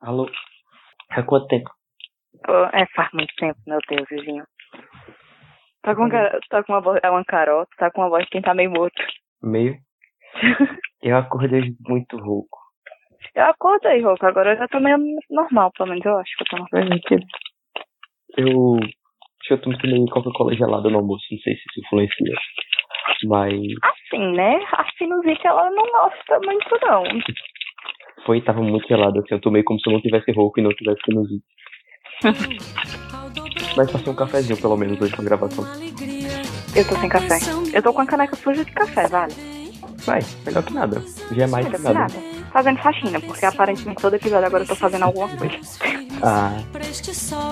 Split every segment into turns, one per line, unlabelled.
Alô? Há quanto tempo?
Pô, é, faz muito tempo, meu Deus, vizinho. Tá com, uma cara- tá com uma voz, é uma carota, tá com uma voz de quem tá meio morto.
Meio? Eu acordei muito rouco.
Eu acordei, Rouco, agora eu já tô meio normal, pelo menos eu acho que eu tô
É,
normal.
Eu. Deixa eu tomar também Coca-Cola gelada no almoço, não sei se isso influencia. Mas
Assim, né? A sinusite, ela não gosta muito, não.
foi, tava muito gelado, assim, eu tomei como se eu não tivesse rouco e não tivesse sinusite. Mas passei um cafezinho pelo menos hoje pra gravação.
Eu tô sem café. Eu tô com a caneca suja de café, vale?
Vai, melhor que nada. Já é mais
Nada,
que
nada.
nada.
Fazendo faxina, porque aparentemente todo episódio agora eu tô fazendo alguma coisa.
Ah,
Para este sol,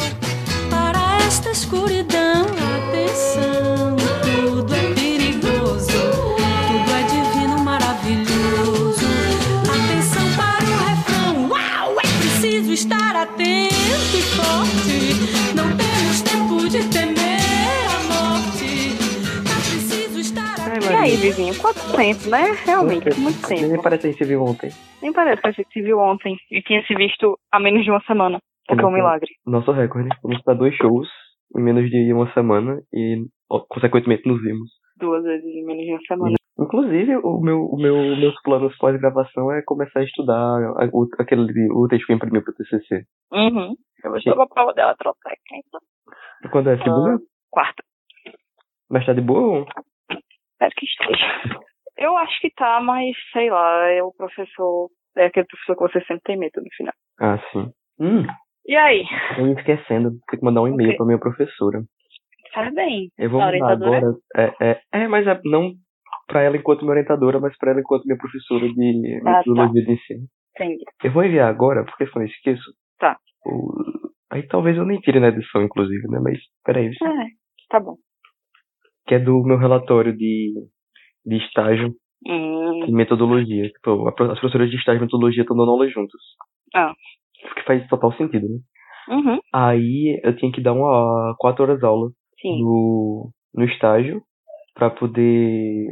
para esta escuridão, atenção, tudo é perigoso, tudo é divino, maravilhoso. Atenção para o refrão, uau, é preciso estar atento e forte. Não temos tempo de temer a morte. É preciso estar atento.
E aí, vizinho, quanto tempo, né? Realmente, muito
nem
tempo.
parece que se viu ontem.
Nem parece que a gente se viu ontem e tinha se visto há menos de uma semana. O que é um milagre.
Nosso recorde, fomos pra dois shows em menos de uma semana e, ó, consequentemente, nos vimos.
Duas vezes em menos de uma semana.
Inclusive, o meu, o meu, meus planos pós-gravação é começar a estudar a- o, aquele, o texto que eu imprimi pro TCC.
Uhum. Eu vou Ah. estudar a prova dela, trocar
Quando é segunda?
Quarta.
Mas tá de boa?
Espero que esteja. Eu acho que tá, mas sei lá, é o professor. É aquele professor que você sempre tem medo no final.
Ah, sim. Hum,
E aí?
tô me esquecendo. Tem que mandar um e-mail
Ok.
pra minha professora.
Faz bem.
Eu vou
A
mandar
orientadora?
agora. É, é, é, mas é- não pra ela enquanto minha orientadora, mas pra ela enquanto minha professora de
Ah, tá.
metodologia de ensino.
Entendi.
Eu vou enviar agora, porque senão eu esqueço.
Tá.
O- Aí talvez eu nem tire na edição, inclusive, né? Mas peraí,
É, tá bom.
que é do meu relatório de, de estágio.
Hum,
e metodologia. Tipo, a pro- as professoras de estágio e metodologia estão dando aula juntas.
Ah.
Isso que faz total sentido, né?
uhum,
Aí eu tinha que dar uma quatro horas aula
sim.
no, no estágio pra poder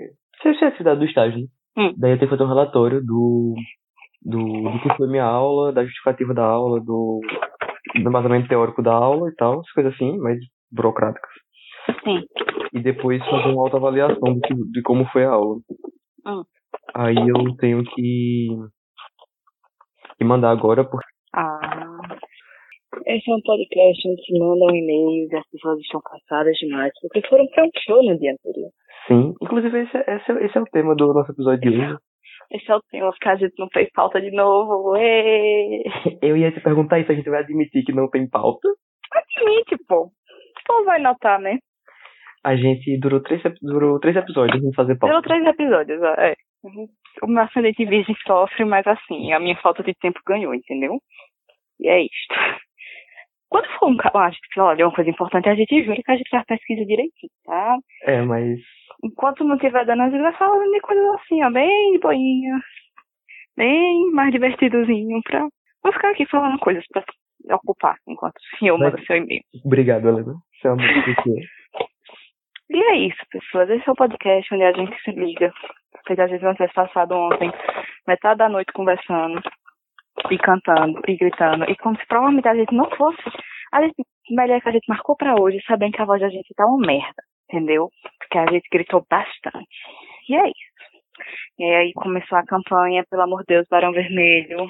ser ser atividade do estágio, né?
Hum.
Daí eu tenho que fazer um relatório do, do, do que foi minha aula, da justificativa da aula, do, do embasamento teórico da aula e tal, essas coisas assim, mais burocráticas.
Sim.
E depois fazer uma autoavaliação do que- de como foi a aula.
Hum.
Aí eu tenho que, que mandar agora, porque
Ah. Esse é um podcast onde se mandam e-mails e as pessoas estão cansadas demais porque foram pra um show no dia anterior.
sim. Inclusive, esse, é- esse, é- esse é o tema do nosso episódio de hoje.
Esse é o tema, porque a gente não fez falta de novo. Ê!
Eu ia te perguntar isso, a gente vai admitir que não tem pauta.
Admite, pô. Pô, vai notar, né?
A gente durou três, ep- durou três episódios sem fazer pauta.
Durou três episódios, ó, é. O meu ascendente virgem sofre, mas assim, a minha falta de tempo ganhou, entendeu? E é isto. Quando for um caso, acho que, olha, uma coisa importante, é a gente jura que a gente faz pesquisa direitinho, tá?
É, mas
Enquanto não tiver dando, a gente vai falando de coisas assim, ó, bem de boinha, bem mais divertidozinho pra... Vou ficar aqui falando coisas pra se ocupar enquanto eu
Vai.
mando seu e-mail.
obrigado, Helena. Você é uma pessoa.
E é isso, pessoas. Esse é o podcast onde a gente se liga. Porque a gente não tivesse passado ontem metade da noite conversando e cantando e gritando. E como se provavelmente a gente não fosse. A gente, melhor é que a gente marcou pra hoje, sabendo que a voz da gente tá uma merda, entendeu? Porque a gente gritou bastante. E é isso. E aí começou a campanha, pelo amor de Deus, Barão Vermelho,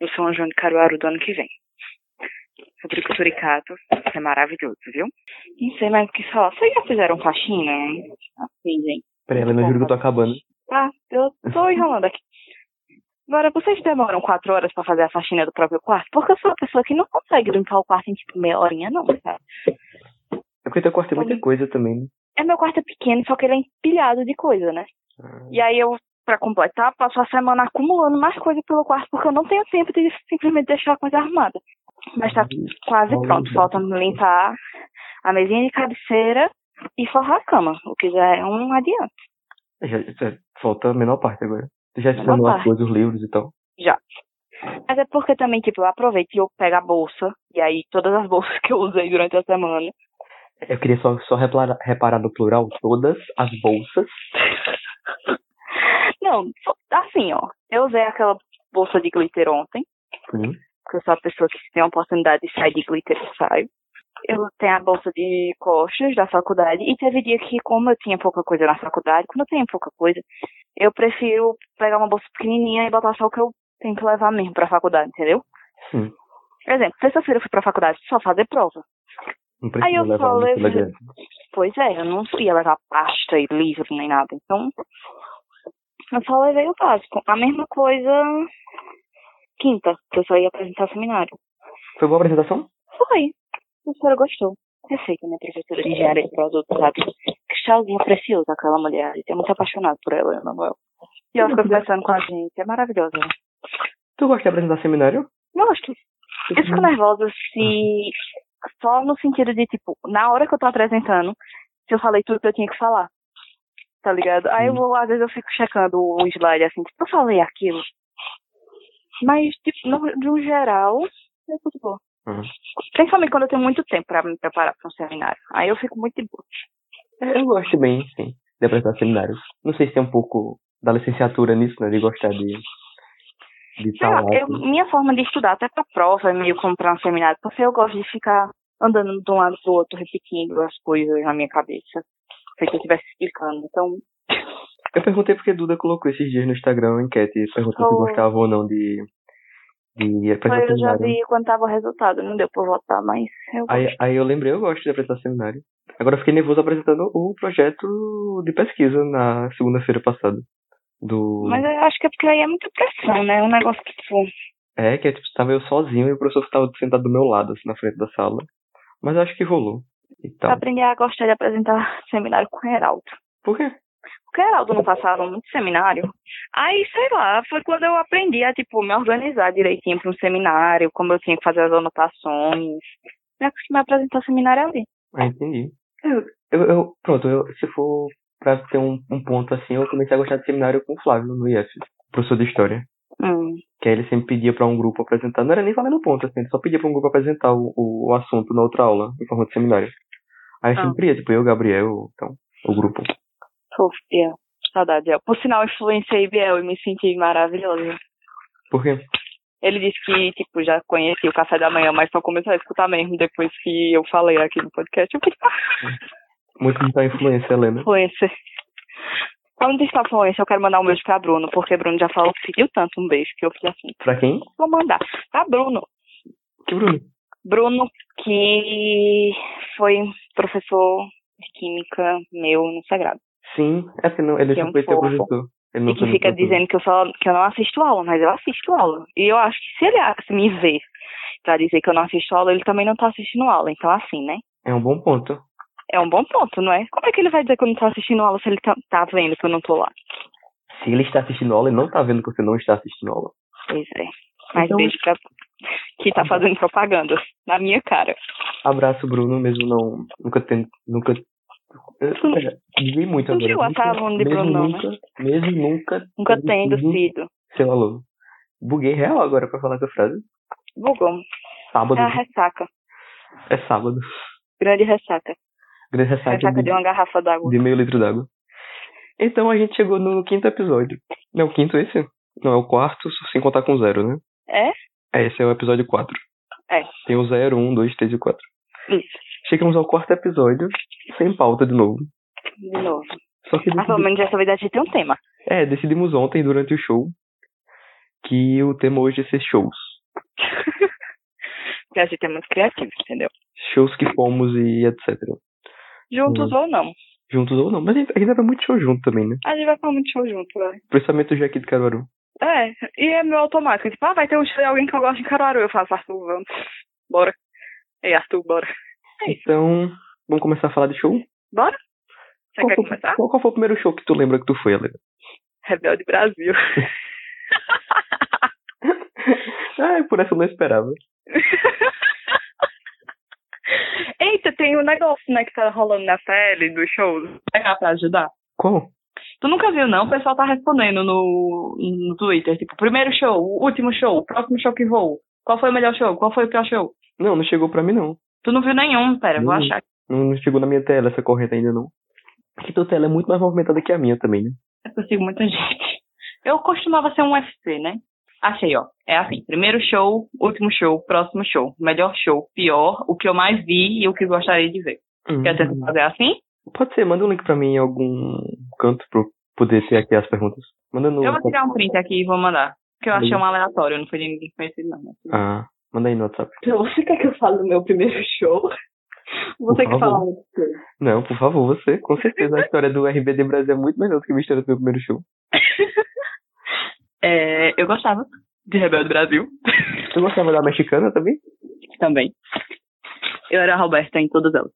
do São João de Caruaru do ano que vem. Sobre o Curicato. Isso é maravilhoso, viu? Não sei mais o que falar. Vocês já fizeram faxina? Assim, gente.
Peraí, Helena, eu juro que eu tô acabando.
Tá, eu tô enrolando aqui. Agora, vocês demoram quatro horas pra fazer a faxina do próprio quarto? Porque eu sou uma pessoa que não consegue limpar o quarto em tipo meia horinha, não, sabe?
É porque eu cortei muita coisa também, né?
É meu quarto é pequeno, só que ele é empilhado de coisa, né? E aí eu, pra completar, passo a semana acumulando mais coisa pelo quarto, porque eu não tenho tempo de simplesmente deixar a coisa arrumada. Mas tá quase pronto. Falta limpar a mesinha de cabeceira e forrar a cama, o que já é um adianto.
Ah, Já, já- falta a menor parte agora. Tu já
Menor
ensinou as
parte.
coisas, os livros e tal.
Mas é porque também, tipo, eu aproveito e eu pego a bolsa. E aí, todas as bolsas que eu usei durante a semana.
Eu queria só, só reparar, reparar no plural todas as bolsas.
Não, só- assim, ó. Eu usei aquela bolsa de glitter ontem.
Sim.
que eu sou a pessoa que se tem a oportunidade de sair de glitter, eu saio. Eu tenho a bolsa de coxas da faculdade e teve dia que, como eu tinha pouca coisa na faculdade, quando eu tenho pouca coisa, eu prefiro pegar uma bolsa pequenininha e botar só o que eu tenho que levar mesmo pra faculdade, entendeu?
Sim.
Por exemplo, terça-feira eu fui pra faculdade só fazer prova.
Não
Aí
precisa
eu
levar
só
muito
levei-
legal.
Pois é, eu não ia levar pasta e livro nem nada. Então, eu só levei o básico. A mesma coisa quinta, que eu só ia apresentar seminário.
Foi boa a apresentação?
Foi. A professora gostou. Perfeito, minha professora de engenharia é de produto, sabe? Que chalzinha preciosa aquela mulher. Eu tô muito apaixonado por ela, Emanuel. E ela ficou conversando com a gente. É maravilhosa.
Tu gosta de apresentar seminário?
Gosto. Eu
Uhum.
fico nervosa se. Só no sentido de, tipo, na hora que eu tô apresentando, se eu falei tudo que eu tinha que falar. Tá ligado? Aí eu vou, às vezes eu fico checando o slide assim, tipo, eu falei aquilo. Mas, tipo, no, de um geral, eu fico de boa.
Uhum.
Principalmente quando eu tenho muito tempo pra me preparar pra um seminário. Aí eu fico muito de boa.
É, eu gosto bem, sim, de apresentar seminários. Não sei se tem um pouco da licenciatura nisso, né? De gostar de. de
Sei lá,
tá lá,
eu-
assim.
minha forma de estudar até pra prova é meio como pra um seminário, porque eu gosto de ficar andando de um lado pro outro, repetindo as coisas na minha cabeça. Sei que eu estivesse explicando. Então,
Eu perguntei porque Duda colocou esses dias no Instagram uma enquete perguntando se
Oh.
gostava ou não de, de
foi, eu
apresentar
já
seminário. né?
vi quando tava o resultado, não deu pra eu votar, mas eu gosto.
Aí, aí eu lembrei, eu gosto de apresentar seminário. Agora eu fiquei nervoso apresentando o projeto de pesquisa na segunda-feira passada. Do...
Mas eu acho que é porque aí é muita pressão, né? É um negócio que, tipo,
É, que tipo, tava eu sozinho e o professor tava sentado do meu lado, assim, na frente da sala. Mas eu acho que rolou. E tal.
aprender a gostar de apresentar seminário com o Heraldo.
Por quê?
Porque o Heraldo não passava muito seminário. Aí, sei lá, foi quando eu aprendi a, tipo, me organizar direitinho pra um seminário, como eu tinha que fazer as anotações. Me acostumei a apresentar seminário ali.
Ah, entendi. Eu, eu, eu- pronto, eu, se for pra ter um, um ponto assim, eu comecei a gostar de seminário com o Flávio no IF, professor de história.
Hum.
Que aí ele sempre pedia pra um grupo apresentar, não era nem valendo ponto, assim, ele só pedia pra um grupo apresentar o, o, o assunto na outra aula, em forma de seminário. Aí
Ah.
sempre ia, tipo, eu, Gabriel, então, o grupo.
Fofo, Biel. Saudade, Biel. Por sinal, eu influenciei Biel e me senti maravilhosa.
Por quê?
Ele disse que, tipo, já conhecia o café da manhã, mas só começou a escutar mesmo depois que eu falei aqui no podcast. Eu fiquei, ah,
Muito muita influência, Helena.
influencer. Quando diz pra influencer, eu quero mandar um beijo pra Bruno, porque Bruno já falou que pediu tanto um beijo, que eu fiz assim,
Pra quem?
vou mandar. Pra Bruno.
Que Bruno?
Bruno, que foi um professor de química meu no Sagrado.
Sim, é porque não, ele
Que é
já
um
foi teu
fofo.
professor. Ele
E
não
que
foi meu
fica
professor.
dizendo que eu, só, que eu não assisto aula, mas eu assisto aula. E eu acho que se ele a- se me ver pra dizer que eu não assisto aula, ele também não tá assistindo aula. Então, assim, né?
É um bom ponto.
É um bom ponto, não é? Como é que ele vai dizer que eu não tô assistindo aula se ele tá, tá vendo que eu não tô lá?
Se ele está assistindo aula e não tá vendo que você não está assistindo aula.
Pois é. Mas
Então-
beijo pra. Que tá fazendo propaganda na minha cara.
Abraço, Bruno, mesmo não. Nunca tendo. Nunca. Eu,
Tu-
olha, Liguei muito
tu não
agora.
chegou a
Mesmo-
ser aluno de
mesmo
Bruno, não, né?
nunca, Mesmo nunca.
Nunca tendo sido.
Seu aluno. Buguei real agora pra falar essa frase.
Bugou.
Sábado. né?
É a ressaca.
É sábado.
Grande ressaca.
Grande ressaca
Ressaca
de,
de uma garrafa d'água.
de meio litro d'água. Então a gente chegou no quinto episódio. Não, o quinto esse? Não, é o quarto, sem contar com zero, né?
É?
É, esse é o episódio 4.
É.
Tem o 0, 1, 2, 3 e 4.
Isso.
Chegamos ao quarto episódio, sem pauta de novo.
De novo.
Só que
Mas pelo
decidi-
menos dessa vez a gente tem um tema.
é, decidimos ontem, durante o show, que o tema hoje ia ser shows.
Porque a gente é muito criativo, entendeu?
Shows que fomos e etc.
Juntos ou não.
Juntos ou não. Mas a gente ainda vai muito show junto também, né?
A gente vai pra muito show junto, né?
Principalmente o Jack de Caruaru.
É, e é meu automático. Tipo, ah, vai ter um show de alguém que eu gosto em Caruaru. Eu faço, Arthur, vamos. Bora. Ei, Arthur, bora. É isso.
Então, vamos começar a falar de show?
Bora? Você quer
foi,
começar?
Qual, qual foi o primeiro show que tu lembra que tu foi, Helena?
Rebelde Brasil.
ah, por essa eu não esperava.
Eita, tem um negócio, né, que tá rolando na série dos shows. Vai cá pra ajudar.
Qual?
Tu nunca viu, não? O pessoal tá respondendo no, no Twitter. Tipo, primeiro show, o último show, o próximo show que vou. Qual foi o melhor show? Qual foi o pior show?
Não, não chegou pra mim, não.
Tu não viu nenhum. Pera, vou
Nenhum.
achar.
Não, não chegou na minha tela essa corrente ainda, não. Porque tua tela é
É
muito mais movimentada que a minha também, né?
Eu sigo muita gente. Eu costumava ser um UFC, né? Achei, ó. É assim: primeiro show, último show, próximo show, melhor show, pior, o que eu mais vi e o que gostaria de ver.
Hum.
Quer tentar fazer assim?
Pode ser, manda um link pra mim em algum canto pra eu poder ter aqui as perguntas. Manda no.
Eu vou tirar um print aqui e vou mandar. Porque eu achei
Beleza.
um aleatório, não foi de ninguém conhecido, não. né?
Uhum. Ah, manda aí no WhatsApp.
Então, você quer que eu fale do meu primeiro show? Você
Por
que
favor.
fala outra coisa.
Não, por favor, você. Com certeza a história do RBD Brasil é muito melhor do que a minha história do meu primeiro show.
É, eu gostava de Rebelde Brasil
Você gostava da mexicana também?
também. Eu era a Roberta em todas elas.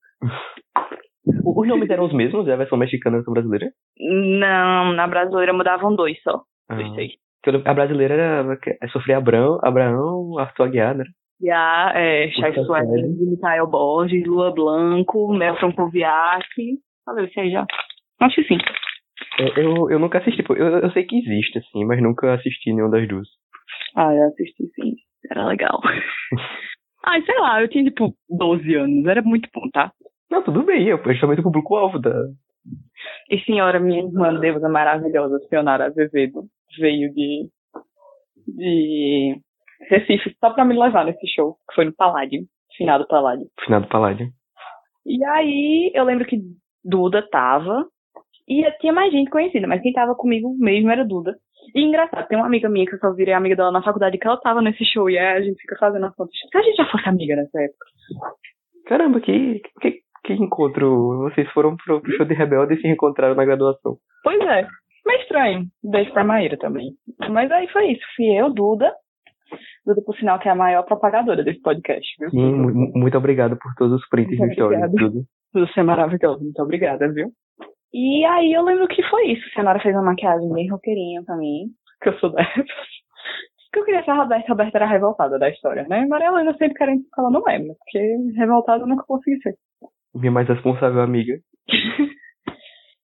O- Os nomes eram os mesmos, é a versão mexicana e a versão brasileira?
Não, na brasileira mudavam dois só,
Ah.
dos seis.
Então, A brasileira era é Sofia Abrão, Abraão, Arthur Aguiar, né?
E a é, Chay
Puxa
Suárez, Micael Borges, Lua Blanco, Nelson Koviak. Valeu, isso aí já. Acho que sim.
É, Eu, eu nunca assisti, pô, eu, eu sei que existe, assim, mas nunca assisti nenhuma das duas.
Ah, eu assisti sim. Era legal. Ai, sei lá, eu tinha tipo 12 anos. Era muito bom, tá?
Não, tudo bem, eu, eu chamei do público-alvo da.
E senhora, minha irmã deusa maravilhosa, Leonara Azevedo, veio de, de Recife só pra me levar nesse show, que foi no Paládio, finado Paládio.
Finado Paládio.
E aí, eu lembro que Duda tava, e tinha mais gente conhecida, mas quem tava comigo mesmo era Duda. E engraçado, tem uma amiga minha que eu só virei amiga dela na faculdade, que ela tava nesse show, e aí a gente fica fazendo as contas. Se a gente já fosse amiga nessa época.
Caramba, que, que, que encontro. Vocês foram pro, pro show de Rebelde e se reencontraram na graduação.
Pois é. Mas estranho. Beijo pra Maíra também. Mas aí foi isso. Fui eu, Duda. Duda, por sinal, que é a maior propagadora desse podcast, viu?
Sim, mu- mu- muito obrigado por todos os prints
Muito
do story e
obrigada.
tudo.
Você é maravilhosa. Muito obrigada, viu? E aí eu lembro que foi isso. A senhora fez uma maquiagem bem roqueirinha pra mim. Que eu sou dessas. Que eu queria ser a Roberta. A Roberta era a revoltada da história, né? Maria Helena sempre querendo que ela não lembra. Porque revoltada eu nunca consegui ser.
Minha mais responsável amiga.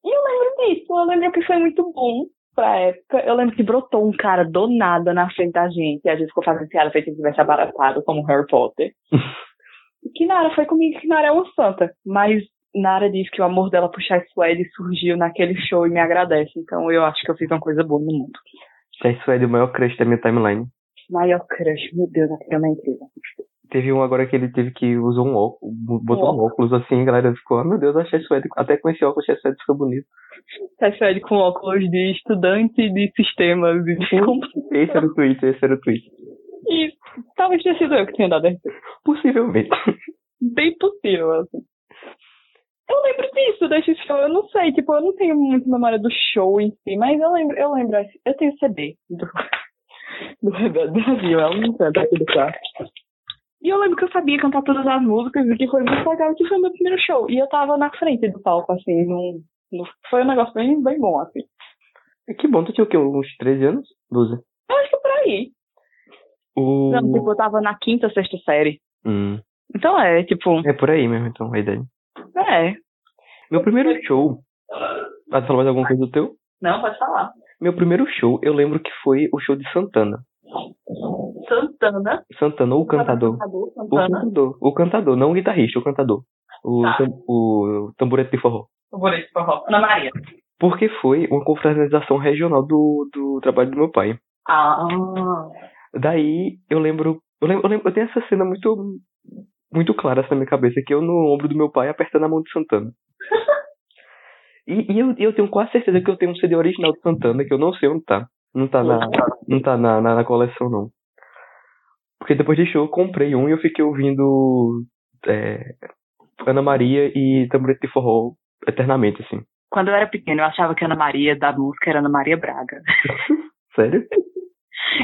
E eu lembro disso, eu lembro que foi muito bom pra época. Eu lembro que brotou um cara do nada na frente da gente, e a gente ficou fazendo piada feito que tivesse abaratado como Harry Potter. e que Nara foi comigo, que Nara é uma santa. Mas Nara disse que o amor dela por Chai Suede surgiu naquele show e me agradece. Então eu acho que eu fiz uma coisa boa no mundo.
Já isso é do maior crush da minha timeline.
Maior crush, meu Deus, aquele homem é incrível.
Teve um agora que ele teve que usou um óculos, botou um óculos assim, e a galera ficou, ah, meu Deus, a Chess Suede, até com esse óculos a Chess Suede fica bonito.
Chai Suede com óculos de estudante de sistemas e de
Esse era o tweet, esse era o tweet.
E talvez tenha sido eu que tenha dado a
Possivelmente.
bem possível, assim. Eu lembro disso, desse show, eu não sei, tipo, eu não tenho muito memória do show em si, mas eu lembro, eu lembro, assim, eu tenho CD do, do Rebelde Brasil, é um canto aqui do quarto. E eu lembro que eu sabia cantar todas as músicas, e que foi muito legal, que foi meu primeiro show. E eu tava na frente do palco, assim, num, num- foi um negócio bem, bem bom, assim.
Que bom, tu tinha o quê? Uns 13 anos? 12.
Eu acho que por aí.
O...
Não, tipo, eu tava na quinta, sexta série.
Hum,
Então é, tipo,
é por aí mesmo, então, a ideia.
é.
Meu primeiro show. Ah, tu falou mais alguma coisa do teu?
Não, pode falar.
Meu primeiro show, eu lembro que foi o show de Santana.
Santana.
Santana, ou o cantador. O
Santana.
cantador, o cantador, não o guitarrista, o cantador. O,
Tá.
tam- o tamborete de forró.
Favorito forró. Ana Maria.
Porque foi uma confraternização regional do, do trabalho do meu pai.
Ah.
Daí eu lembro. Eu lembro, eu lembro- eu tenho essa cena muito muito clara assim, na minha cabeça, que eu no ombro do meu pai apertando a mão de Santana. E, e eu, e eu tenho quase certeza que eu tenho um CD original de Santana, que eu não sei onde tá. Não tá na, não tá na, na, na coleção, não. Porque depois de show eu comprei um e eu fiquei ouvindo é, Ana Maria e Tamborete de Forró eternamente, assim.
Quando eu era pequena, eu achava que Ana Maria da música era Ana Maria Braga.
Sério?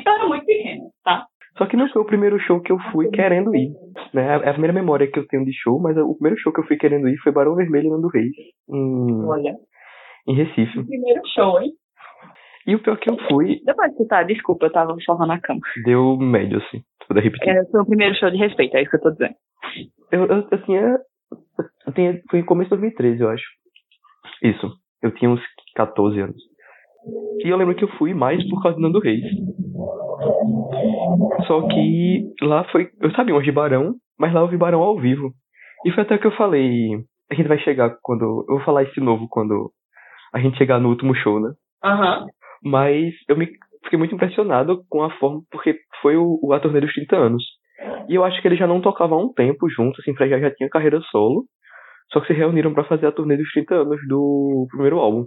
Eu era muito pequena, tá?
Só que não foi o primeiro show que eu fui querendo ir. Né? É a primeira memória que eu tenho de show, mas o primeiro show que eu fui querendo ir foi Barão Vermelho e Nando Reis, em,
Olha,
em Recife.
primeiro show, hein?
E o pior que eu fui
Depois que tá, desculpa, eu tava forrando a cama.
deu médio, assim, se puder repetir.
É, foi o primeiro show de respeito, é isso que eu tô dizendo.
Eu, eu, eu tinha. Eu tinha. Foi em começo de 2013, eu acho. Isso. Eu tinha uns 14 anos. E eu lembro que eu fui mais por causa do Nando Reis. Só que lá foi. Eu sabia onde Barão, mas lá eu vi Barão ao vivo. E foi até que eu falei. A gente vai chegar quando. Eu vou falar isso de novo quando a gente chegar no último show, né?
Aham.
Mas eu me fiquei muito impressionado com a forma, porque foi o, o ator dele dos 30 anos. E eu acho que ele já não tocava há um tempo junto, assim, Fred já, já tinha carreira solo. Só que se reuniram para fazer a turnê dos 30 anos do primeiro álbum.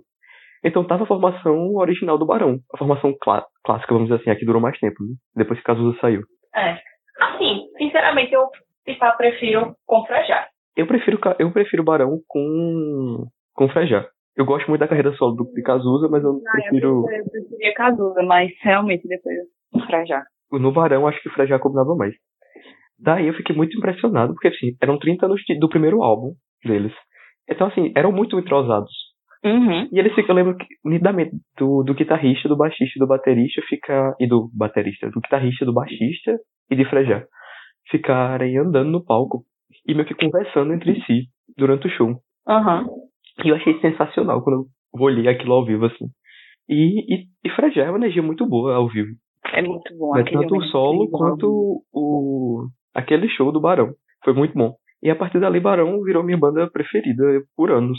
Então tava a formação original do Barão. A formação clá- clássica, vamos dizer assim, a que durou mais tempo, né? Depois que Cazuza saiu.
É. Assim, sinceramente, eu tipo, eu prefiro com Frejá.
Ah,
Eu prefiro, Ca- eu prefiro Barão com, com Frejá. Eu gosto muito da carreira solo do, de Cazuza, mas eu prefiro.
Eu preferia Cazuza, mas realmente depois pra já.
No Barão, acho que o Frejá combinava mais. Daí eu fiquei muito impressionado, porque assim, eram 30 anos de- do primeiro álbum deles. Então, assim, eram muito entrosados.
Uhum.
E eles ficam, eu lembro que, nitidamente do, do guitarrista, do baixista, do baterista fica. E do baterista, do guitarrista, do baixista e de Frejá. Ficarem andando no palco e meio que conversando entre si durante o show.
Aham.
E eu achei sensacional quando eu olhei aquilo ao vivo, assim. E, e, e Frejá é uma energia muito boa ao vivo.
É muito bom.
né?
aquele
Tanto o
momento
solo
incrível.
quanto o, aquele show do Barão. Foi muito bom. E a partir dali, Barão virou minha banda preferida por anos.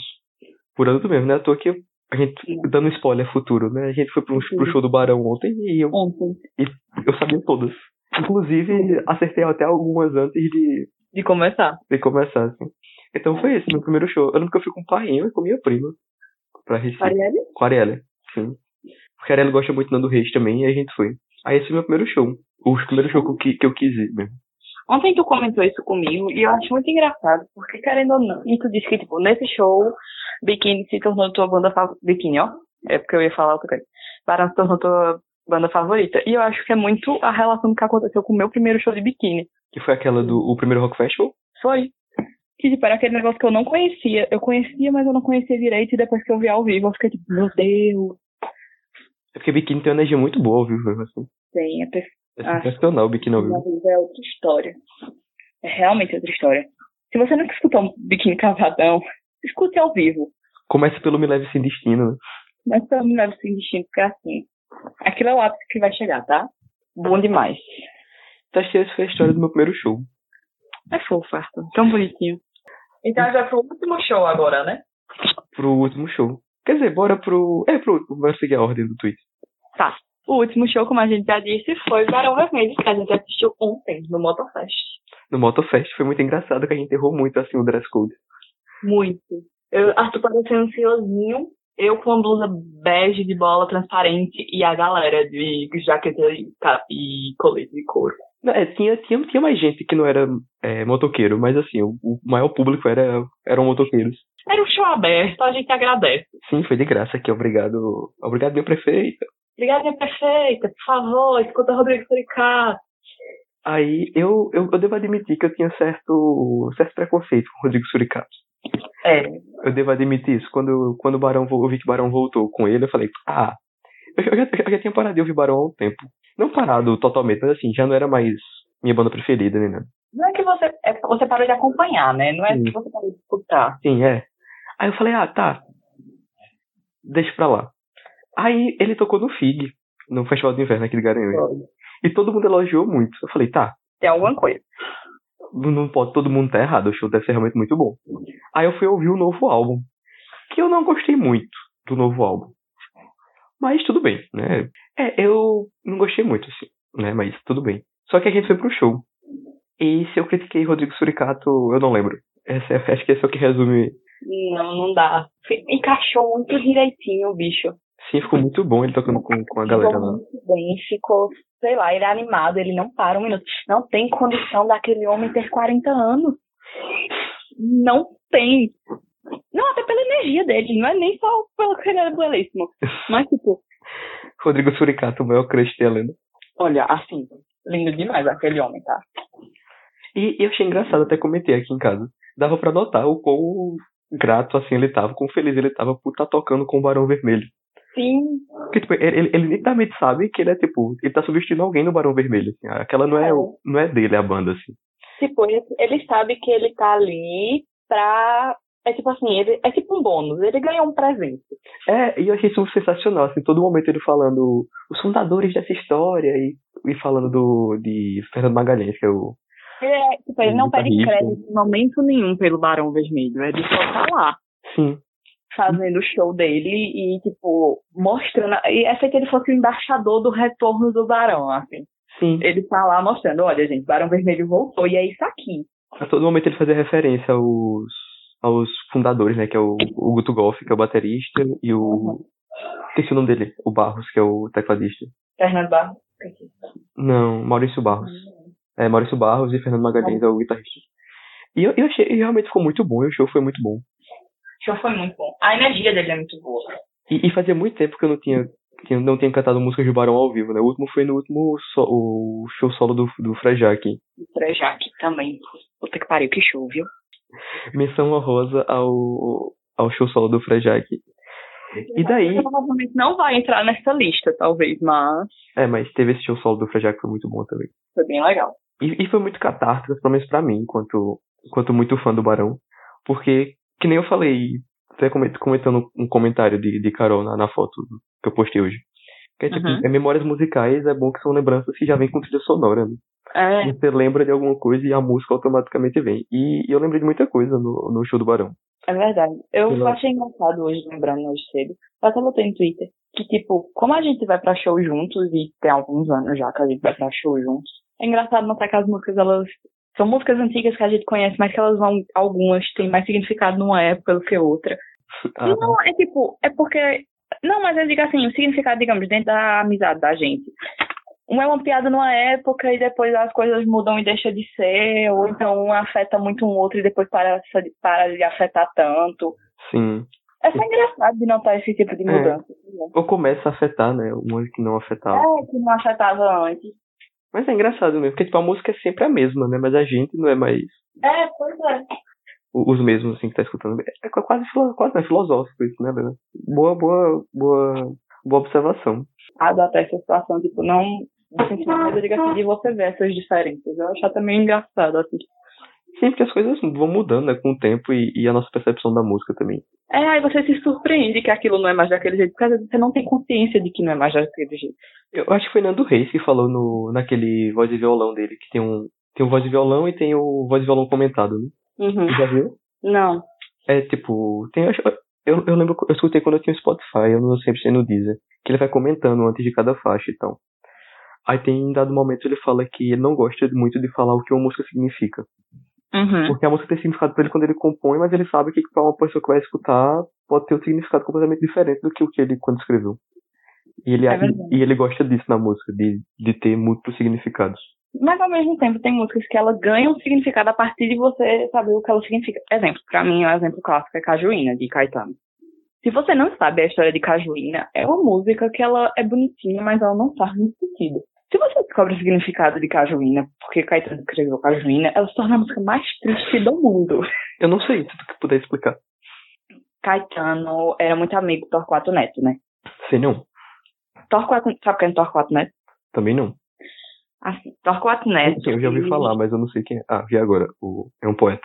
Por anos mesmo, né? À toa que a gente, dando spoiler futuro, né? A gente foi pro, pro show do Barão ontem e eu,
Ontem,
eu sabia todas. Inclusive, acertei até algumas antes de,
de começar.
de começar, assim. Então foi esse, meu primeiro show. Eu lembro que eu fui com o Painho e com minha prima. Pra Recife.
Ariane?
Com a Ariela, sim. Porque a Ariela gosta muito do Nando Reis também, e a gente foi. Aí esse foi meu primeiro show. O primeiro show que, eu- que eu quis ir mesmo.
Ontem tu comentou isso comigo e eu acho muito engraçado, porque querendo ou não, e tu disse que, tipo, nesse show, Biquíni se tornou tua banda favorita. Biquíni, ó. É porque eu ia falar outra coisa. Barão se tornou tua banda favorita. E eu acho que é muito a relação que aconteceu com o meu primeiro show de biquíni.
Que foi aquela do o primeiro Rock Festival.
Foi. Que, tipo, era aquele negócio que eu não conhecia. Eu conhecia, mas eu não conhecia direito. E depois que eu vi ao vivo, eu fiquei tipo, meu Deus.
É porque Biquíni tem uma energia muito boa ao vivo, mesmo, assim.
Tem, é perfeito.
É
Ah.
sensacional o Biquíni ao
Ao
vivo.
vivo é outra história. É realmente outra história. Se você nunca escutou um biquíni cavadão, escute ao vivo.
Começa pelo Me Leve Sem Destino, né?
Mas pelo menos leve sem destino, porque assim. Aquilo é o ápice que vai chegar, tá? Bom demais.
Então acho que essa foi a história do meu primeiro show.
É fofo, Arthur. Tão bonitinho.
Então já foi o último show agora, né?
Pro último show. Quer dizer, bora pro... É, pro último. Bora seguir a ordem do tweet.
O último show, como a gente já disse, foi Barão Vermelho, que a gente assistiu ontem no Motofest.
No Motofest foi muito engraçado que a gente errou muito, assim, o dress code.
Muito. Eu, Arthur parecia um senhorzinho, eu com uma blusa bege de bola transparente e a galera de jaqueta e, ca- e colete de couro.
Não, é, tinha, tinha, tinha mais gente que não era é, motoqueiro, mas assim, o, o maior público era, eram motoqueiros.
Era um show aberto, a gente agradece.
Sim, foi de graça aqui. Obrigado. Obrigado, meu prefeito.
Obrigada, minha perfeita. Por favor, escuta Rodrigo Furicato.
Aí eu, eu, eu devo admitir que eu tinha certo, certo preconceito com o Rodrigo Suricato.
É,
Eu devo admitir isso. Quando, quando o Barão, vo- eu vi que o Barão voltou com ele, eu falei, ah, eu, eu já, eu já tinha parado de ouvir Barão há um tempo. Não parado totalmente, mas assim, já não era mais minha banda preferida, né? nada.
Não é que você, é que você parou de acompanhar, né? Não é
Sim.
que você parou de escutar.
Sim, é. Aí eu falei, ah, tá. Deixa pra lá. Aí ele tocou no FIG, no Festival de Inverno aqui de Garanhuns. E todo mundo elogiou muito. Eu falei, tá,
Tem alguma coisa.
não pode todo mundo tá errado, o show deve ser realmente muito bom. Aí eu fui ouvir o novo álbum, que eu não gostei muito do novo álbum. Mas tudo bem, né? É, eu não gostei muito, assim, né? Mas tudo bem. Só que a gente foi pro show. E se eu critiquei Rodrigo Suricato, eu não lembro. Essa é- acho que esse é o que resume.
Não, não dá. Encaixou muito direitinho o bicho.
Sim, ficou muito bom ele tocando com, com a galera né?
ficou
lá.
muito bem, ficou, sei lá, ele é animado, ele não para um minuto. Não tem condição daquele homem ter 40 anos. Não tem. Não, até pela energia dele, não é nem só pelo que ele era belíssimo. Mas, tipo,
Rodrigo Suricato, o maior crush de Helena.
olha, assim, lindo demais aquele homem, tá?
E eu achei engraçado, até comentei aqui em casa. Dava pra notar o quão grato assim ele tava, quão feliz ele tava por estar tocando com o Barão Vermelho.
Sim,
Porque, tipo, ele, ele, ele nitidamente sabe que ele é, tipo, ele tá substituindo alguém no Barão Vermelho, assim. Aquela não é, o- não é dele, a banda, assim.
Tipo, ele, ele sabe que ele tá ali pra. É tipo assim, ele é tipo um bônus, ele ganhou um presente.
É, e eu achei isso sensacional, assim, todo momento ele falando os fundadores dessa história e, e falando do, de Fernando Magalhães, que é o...
Ele, é, tipo, ele não
Ele tá
pede
rico.
é crédito em momento nenhum pelo Barão Vermelho, ele só tá lá.
Sim.
fazendo o show dele e, tipo, mostrando. E é que ele fosse o embaixador do retorno do Barão, assim.
Sim.
Ele tá lá mostrando, olha, gente, Barão Vermelho voltou e é isso aqui.
A todo momento ele fazia referência aos, aos fundadores, né? Que é o, o Guto Golf, que é o baterista, e o. Esqueci o nome dele, o Barros, que é o tecladista.
Fernando Barros.
Não, Maurício Barros. É, Maurício Barros e Fernando Magalhães é o guitarrista. E eu, eu achei, e realmente ficou muito bom, e o show foi muito bom.
O show foi muito bom. A energia dele é muito boa.
E, e fazia muito tempo que eu não tinha, que eu não tinha cantado músicas do Barão ao vivo, né? O último foi no último so- o show solo do, do Frejac.
Pra Jaque também. Puta que pariu, que show, viu?
Menção honrosa ao, ao show solo do Frejac. E daí,
Provavelmente não vai entrar nessa lista, talvez, mas
é, mas teve esse show solo do Frejac que foi muito bom também.
foi bem legal.
E, e foi muito catártico, pelo menos pra mim, enquanto, enquanto muito fã do Barão. Porque, que nem eu falei, até coment- comentando um comentário de, de Carol na, na foto que eu postei hoje. Que é tipo,
Uhum.
é memórias musicais, é bom que são lembranças que já vêm com trilha sonora, né?
É,
Você lembra de alguma coisa e a música automaticamente vem. E, e eu lembrei de muita coisa no, no show do Barão.
É verdade. Eu
Sei lá.
achei engraçado hoje, lembrando hoje cedo. Eu até botei no Twitter que, tipo, como a gente vai pra show juntos, e tem alguns anos já que a gente vai pra show juntos, é engraçado notar que as músicas, elas. São músicas antigas que a gente conhece, mas que elas vão. Algumas têm mais significado numa época do que outra.
Ah,
Não, é tipo. É porque. Não, mas eu digo assim, o significado, digamos, dentro da amizade da gente. Uma é uma piada numa época e depois as coisas mudam e deixa de ser, ou então um afeta muito um outro e depois para, para de afetar tanto.
Sim.
É só engraçado de notar esse tipo de
É.
mudança.
Ou começa a afetar, né? Uma que não
É,
afetava.
que não afetava antes.
Mas é engraçado mesmo, porque tipo, a música é sempre a mesma, né? Mas a gente não é mais
É, pois é.
o- os mesmos, assim, que tá escutando. É qu- quase, filo- quase né, filosófico isso, né, Bela? Boa, boa, boa, boa observação.
Adaptar Ah, essa situação, tipo, não. de sentir medo, eu digo assim, de você ver essas diferenças. Eu acho também engraçado, assim.
Sim, porque as coisas vão mudando, né, com o tempo e, e a nossa percepção da música também.
É, aí você se surpreende que aquilo não é mais daquele jeito, porque às vezes você não tem consciência de que não é mais daquele jeito.
Eu acho que foi Nando Reis que falou no, naquele voz e violão dele, que tem um, tem um voz e violão e tem o voz e violão comentado, né?
Uhum.
Já viu?
Não.
É tipo, tem acho- eu, eu lembro, eu escutei quando eu tinha o Spotify, eu não sempre sei é no Deezer, que ele vai comentando antes de cada faixa e tal. Aí tem em dado momento ele fala que ele não gosta muito de falar o que uma música significa.
Uhum.
Porque a música tem significado pra ele quando ele compõe, mas ele sabe que pra uma pessoa que vai escutar pode ter um significado completamente diferente do que o que ele quando escreveu. E ele,
É verdade.
e, ele gosta disso na música, de, de ter múltiplos significados.
Mas ao mesmo tempo tem músicas que ela ganha um significado a partir de você saber o que ela significa. Exemplo, pra mim, o exemplo clássico é Cajuína, de Caetano. Se você não sabe a história de Cajuína, é uma música que ela é bonitinha, mas ela não faz muito sentido. Se você descobre o significado de Cajuína, porque Caetano escreveu Cajuína, ela se torna a música mais triste do mundo.
Eu não sei, se tu puder explicar.
Caetano era muito amigo do Torquato Neto, né?
Sei não,
Torquato, sabe quem é Torquato Neto?
também não.
Assim, Torquato Neto.
Sim, eu já ouvi
ele-
falar, mas eu não sei quem é. Ah, vi agora. O, é um poeta.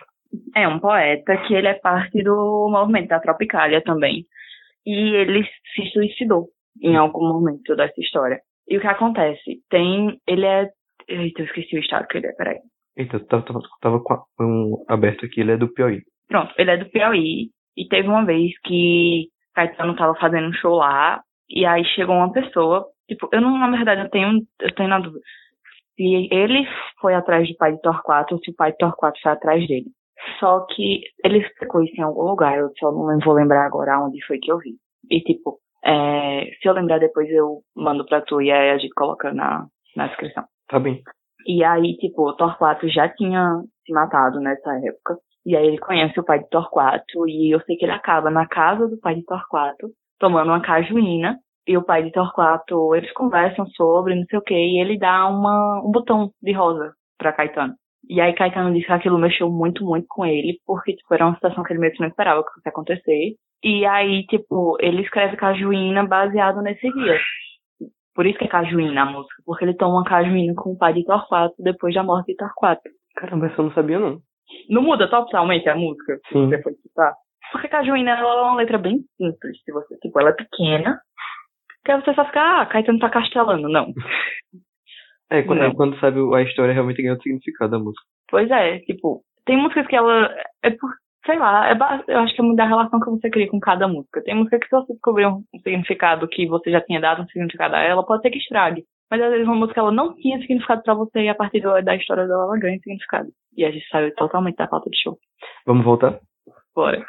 É um poeta que ele é parte do movimento da Tropicália também. E ele se suicidou em algum momento dessa história. E o que acontece? Tem. Ele é. Eita, eu esqueci o estado que ele é, peraí.
Eita, tava, tava, tava com a- um aberto aqui, ele é do Piauí.
Pronto, ele é do Piauí. E teve uma vez que Caetano tava fazendo um show lá. E aí chegou uma pessoa. Tipo, eu não, na verdade, eu tenho. Eu tenho na dúvida. Se ele foi atrás do pai de Torquato ou se o pai de Torquato foi atrás dele. Só que ele explicou isso em algum lugar, eu só não vou lembrar agora onde foi que eu vi. E tipo, é, se eu lembrar depois eu mando pra tu e aí a gente coloca na, na descrição.
Tá bem.
E aí, tipo, o Torquato já tinha se matado nessa época. E aí ele conhece o pai de Torquato. E eu sei que ele acaba na casa do pai de Torquato, tomando uma cajuína. E o pai de Torquato, eles conversam sobre, não sei o quê. E ele dá uma, um botão de rosa pra Caetano. E aí Caetano disse que aquilo mexeu muito, muito com ele. Porque, tipo, era uma situação que ele meio que não esperava que fosse acontecer. E aí, tipo, ele escreve cajuína baseado nesse guia. Por isso que é cajuína a música, porque ele toma cajuína com o pai de Torquato depois da morte de Torquato.
Caramba, essa eu não sabia, não.
Não muda totalmente a música,
Sim.
depois que tá. Porque cajuína ela é uma letra bem simples, se você, tipo, ela é pequena. Que aí você só fica, ah, Caetano tá castelando. Não.
É, quando,
Não.
quando sabe a história, realmente ganha o significado da música.
Pois é, tipo, tem músicas que ela. É por, sei lá, é ba- eu acho que é muito da relação que você cria com cada música. Tem música que se você descobrir um um significado que você já tinha dado um significado a ela, pode ser que estrague. Mas às vezes uma música ela não tinha significado pra você e a partir do- da história dela ela ganha significado. E a gente saiu totalmente da falta de show.
Vamos voltar?
Bora.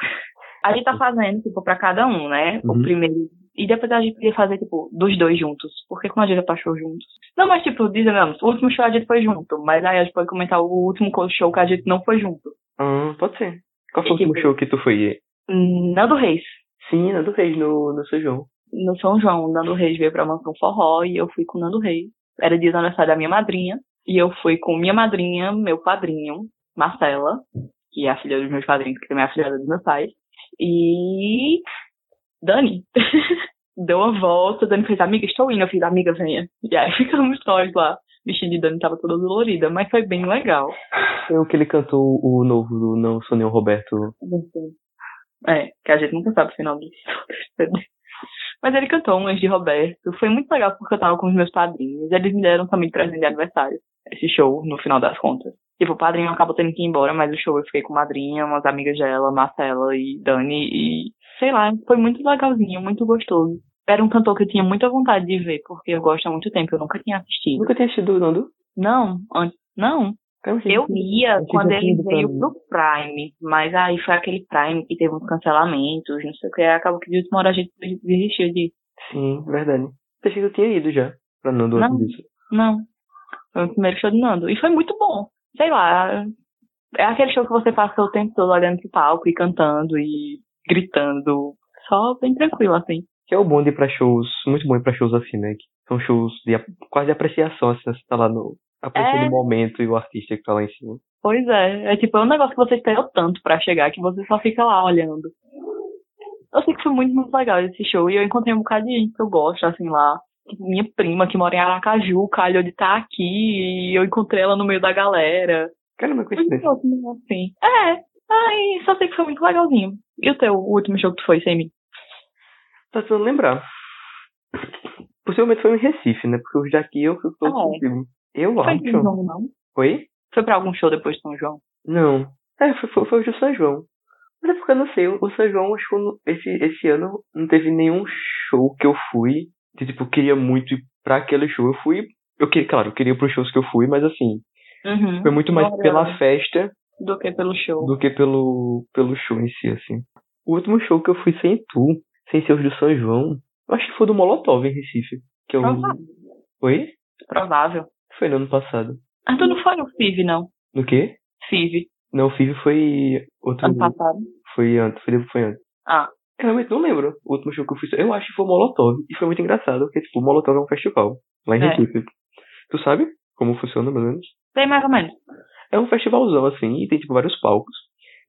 A gente tá fazendo, tipo, pra cada um, né?
Uhum.
O primeiro. E depois a gente podia fazer, tipo, dos dois juntos. Porque como a gente já tá show juntos. Não, mas tipo, dizemos, o último show a gente foi junto. Mas aí a gente pode comentar o último co- show que a gente não foi junto.
Ah, pode ser. Qual foi o
E que
último
foi?
show que tu foi?
Nando Hum, Reis.
Sim, na do Reis, no, no São João.
No São João, o Nando Reis veio pra Mansão Forró e eu fui com o Nando Reis. Era dia do aniversário da minha madrinha. E eu fui com minha madrinha, meu padrinho, Marcela, que é a filha dos meus padrinhos, que também é a filha dos meus pais. E. Dani. Deu uma volta, Dani fez, amiga, estou indo. Eu fiz, amiga, venha. E aí ficamos nós lá. O vestido de Dani tava toda dolorida, mas foi bem legal.
Foi o que ele cantou o novo do Não Sou Nem o Roberto.
É, que a gente nunca sabe o final disso. Mas ele cantou umas de Roberto. Foi muito legal porque eu tava com os meus padrinhos. Eles me deram também de presente de aniversário. Esse show, no final das contas. Tipo, o padrinho acabou tendo que ir embora, mas o show eu fiquei com a madrinha, umas amigas dela, Marcela e Dani. E sei lá, foi muito legalzinho, muito gostoso. Era um cantor que eu tinha muita vontade de ver, porque eu gosto há muito tempo, eu nunca tinha assistido.
Nunca tinha assistido, Nando?
Não, antes, não, eu via
Esse
quando
joguinho
ele
do
veio
Flamengo.
pro Prime, mas aí foi aquele Prime que teve uns cancelamentos, não sei o que, aí acabou que de última hora a gente desistiu de.
Sim, verdade. Pensei que eu tinha ido já pra Nando antes
Não.
disso.
Não. Foi o primeiro show de Nando. E foi muito bom. Sei lá. É aquele show que você passa o tempo todo olhando pro palco e cantando e gritando. Só bem tranquilo, assim.
Que é o bom de ir pra shows, muito bom ir pra shows assim, né? Que são shows de ap- quase de apreciação, assim, né? você tá lá no. apreciando
É.
o momento e o artista que tá lá em cima.
Pois é. É tipo, é um negócio que você esperou tanto pra chegar que você só fica lá olhando. Eu sei que foi muito, muito legal esse show. E eu encontrei um bocado de gente que eu gosto, assim, lá. Tipo, Minha prima, que mora em Aracaju, calhou de estar aqui. E eu encontrei ela no meio da galera.
Caramba,
Foi muito
coincidência.
ótimo, assim. É. Ai, só sei que foi muito legalzinho. E o teu o último show que tu foi sem mim?
Tá tentando lembrar. Possivelmente foi em Recife, né? Porque eu já aqui eu eu tô
Ah, é.
contigo. Eu
Foi um
acho.
em São João, não?
Foi?
Foi pra algum show depois de São João?
Não. É, foi, foi, foi o de São João. Mas é porque eu não sei, o São João, acho que eu não- esse, esse ano não teve nenhum show que eu fui. Que, tipo, eu queria muito ir pra aquele show. Eu fui. Eu queria, claro, eu queria ir pros shows que eu fui, mas assim,
Uhum.
foi muito mais
Olha.
pela festa
Do que pelo show.
do que pelo, pelo show em si, assim. O último show que eu fui sem tu, sem ser os do São João, eu acho que foi do Molotov em Recife. Que eu.
Provável.
Foi?
Provável.
Foi no ano passado.
Ah, tu não foi no FIV, não?
No quê?
FIV,
Não, o FIV foi outro.
ano passado.
Foi antes, foi, foi antes.
Ah.
Eu realmente não lembro o último show que eu fiz. Eu acho que foi o Molotov. E foi muito engraçado, porque, tipo, o Molotov é um festival. Lá em
É.
Recife. Tu sabe como funciona, mais ou menos?
Sei mais ou menos.
É um festivalzão, assim, e tem, tipo, vários palcos.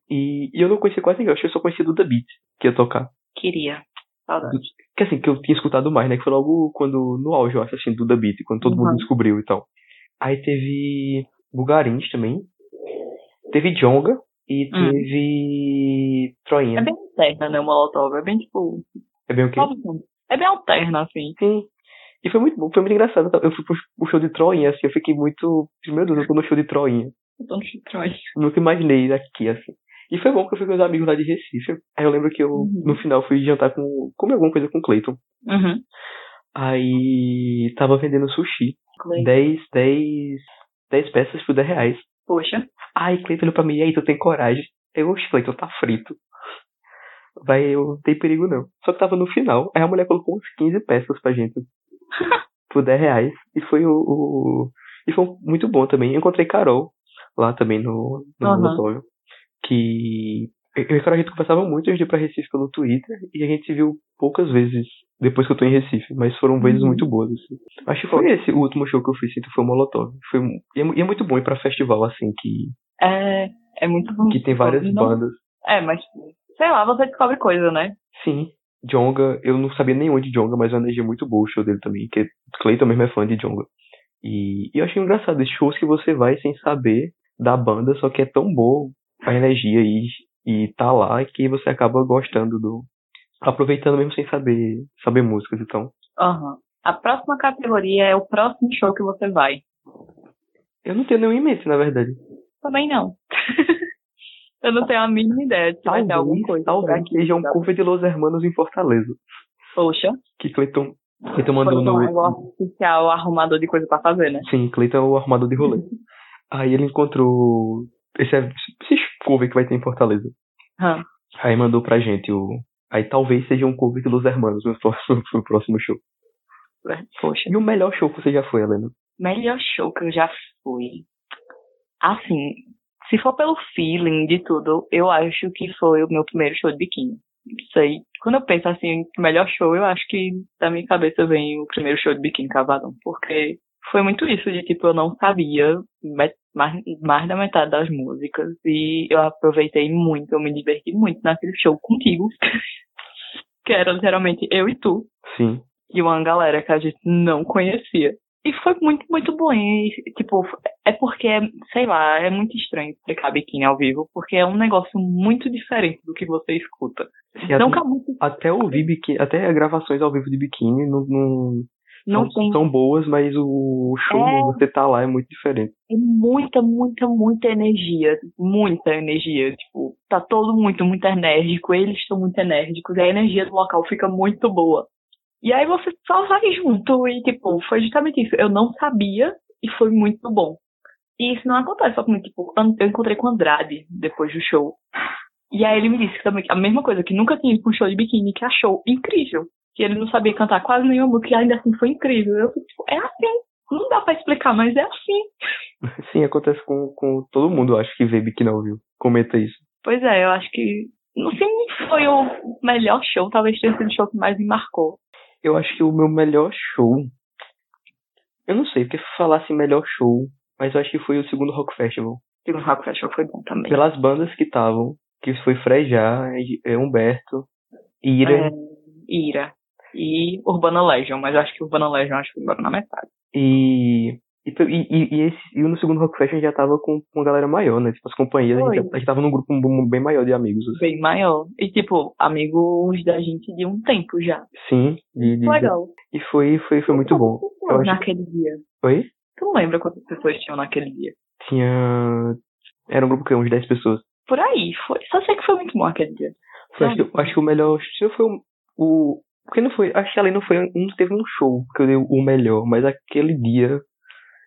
E, e eu não conheci quase ninguém. Eu acho que eu só conheci do The Beat, que ia tocar.
Queria. Saudade.
Que, assim, que eu tinha escutado mais, né? Que foi logo quando, no auge, eu acho, assim, do The Beat. Quando todo
Uhum.
mundo descobriu e tal. Aí teve Bugarins também. Teve Jonga. E
Hum.
teve Troinha.
É bem alterna, né? O Molotov. É bem tipo.
É bem o quê?
É bem alterna, assim.
Sim. E foi muito bom, foi muito engraçado. Eu fui pro pro show de Troinha, assim, eu fiquei muito. Meu Deus, eu tô no show de Troinha.
Eu tô no Chitroid.
Nunca imaginei aqui, assim. E foi bom que eu fui com os amigos lá de Recife. Aí eu lembro que eu,
Uhum.
no final, fui jantar com. comi alguma coisa com o Clayton.
Uhum.
Aí tava vendendo sushi. 10, 10. 10 peças por 10 reais.
Poxa.
Ai, Cleiton olhou pra mim, e aí, tu tem coragem? Eu, oxe, Cleiton, tá frito. Vai, eu não tem perigo não. Só que tava no final, aí a mulher colocou uns 15 peças pra gente. por 10 reais. E foi o, o- E foi muito bom também. Eu encontrei Carol lá também no, no
Aham.
Molotov, Que. Eu e Carol, a gente conversava muito antes de ir pra Recife pelo Twitter. E a gente se viu poucas vezes depois que eu tô em Recife. Mas foram vezes
Uhum.
muito boas, assim. Acho que foi esse o último show que eu fiz, sinto, foi o Molotov. Foi, mu- e é mu- e é muito bom ir pra festival, assim, que
É. É muito bom.
que tem várias
Não-
bandas.
É, mas. Sei lá, você descobre coisa, né?
Sim. Jonga, eu não sabia nem onde Jonga, mas é uma energia muito boa o show dele também, que Clayton mesmo é fã de Jonga. E, e eu achei engraçado, esses shows que você vai sem saber da banda, só que é tão boa a energia e, e tá lá que você acaba gostando do. aproveitando mesmo sem saber saber músicas, então.
Aham. A próxima categoria é o próximo show que você vai.
Eu não tenho nenhum imenso, na verdade.
Também não. Eu não tenho a mínima ideia se vai ter alguma coisa.
talvez um
aqui.
sejam curva de Los Hermanos em Fortaleza.
Poxa,
Que Cleiton.
quando
Cleiton mandou
não é
no.
o oficial arrumador de coisa pra fazer, né?
Sim, Cleiton é o armador de rolê. Aí ele encontrou. Esse é esses cover que vai ter em Fortaleza.
Hã.
Aí mandou pra gente o. Aí talvez seja um cover de Los Hermanos no próximo, no próximo show.
Poxa.
E o melhor show que você já foi, Helena?
Melhor show que eu já fui. Assim, se for pelo feeling de tudo, eu acho que foi o meu primeiro show de biquíni. Isso aí. Quando eu penso assim, melhor show, eu acho que da minha cabeça vem o primeiro show de biquíni cavadão. Porque foi muito isso de tipo, eu não sabia met- mais, mais da metade das músicas. E eu aproveitei muito, eu me diverti muito naquele show contigo. que era literalmente eu e tu
Sim.
e uma galera que a gente não conhecia. E foi muito, muito bom. E, tipo, é porque, sei lá, é muito estranho explicar biquíni ao vivo, porque é um negócio muito diferente do que você escuta.
Sim,
Não,
até-
que a música
Assim, Até ouvir biquíni, até gravações ao vivo de biquíni não, não,
não
são,
tem.
são boas, mas o show
É.
você tá lá é muito diferente.
É muita, muita, muita energia. Muita energia. Tipo, tá todo muito, muito enérgico. Eles estão muito enérgicos. E a energia do local fica muito boa. E aí você só vai junto. E, tipo, foi justamente isso. Eu não sabia e foi muito bom. E isso não acontece só comigo. Tipo, an- eu encontrei com o Andrade depois do show. E aí ele me disse também a mesma coisa, que nunca tinha ido pra um show de biquíni, que achou incrível. Que ele não sabia cantar quase nenhuma música e ainda assim foi incrível. Eu, tipo, é assim. Não dá pra explicar, mas é assim.
Sim, acontece com, com todo mundo, eu acho que vê biquíni ao vivo. Comenta isso.
Pois é, eu acho que. Não sei se foi o melhor show, talvez tenha sido o show que mais me marcou.
Eu acho que o meu melhor show. Eu não sei, porque falasse melhor show, mas eu acho que foi o segundo Rock Festival.
O segundo Rock Festival foi bom também.
Pelas bandas que estavam, que foi Frejá, é, é Humberto, Ira.
É, Ira. E Urbana Legion, mas eu acho que Urbana Legion acho que foi embora na metade.
E, e, pe- e, e, e esse, e no segundo Rock Fest a gente já tava com com uma galera maior, né? Tipo, as companhias, a gente,
Foi.
a gente tava num grupo mu- bem maior de amigos. assim.
Bem maior. E tipo, amigos da gente de um tempo já.
Sim, de, de-
Legal.
e foi, foi, foi Uhum. muito bom. Eu acho-
Naquele dia.
Oi?
Tu não lembra quantas pessoas tinham naquele dia?
Tinha. Era um grupo que uns 10 pessoas.
Por aí, foi. Só sei que foi muito bom aquele dia.
Foi,
Ah.
acho, que, acho que o melhor. Se eu foi o. o porque não foi. Acho que ali não foi. Não teve um show que eu dei o melhor, mas aquele dia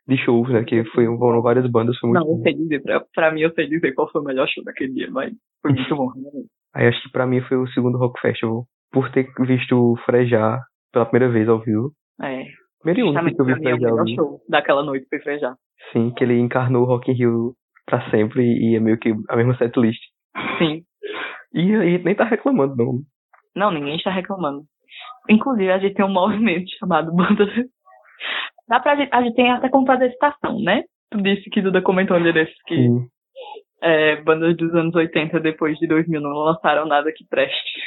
de shows, né? Que foi, foram várias bandas, foi muito
Não, eu
bom.
sei dizer, pra, pra mim eu sei dizer qual foi o melhor show daquele dia, mas foi muito bom. realmente.
Aí acho que pra mim foi o segundo Rock Festival. Por ter visto o Frejá pela primeira vez ao vivo.
É,
Primeiro e único
Justamente
que eu vi
pra mim é o
Frejá ao
melhor
vivo.
show daquela noite foi Frejar.
Sim, que ele encarnou o Rock in Rio pra sempre e é meio que a mesma setlist.
Sim.
E aí nem tá reclamando, não.
Não, ninguém está reclamando. Inclusive, a gente tem um movimento chamado Banda. Dá pra gente. A gente tem até comprado a estação, né? Tu disse que Duda comentou um dia desses que
E,
é, bandas dos anos 80 depois de 2000 não lançaram nada que preste.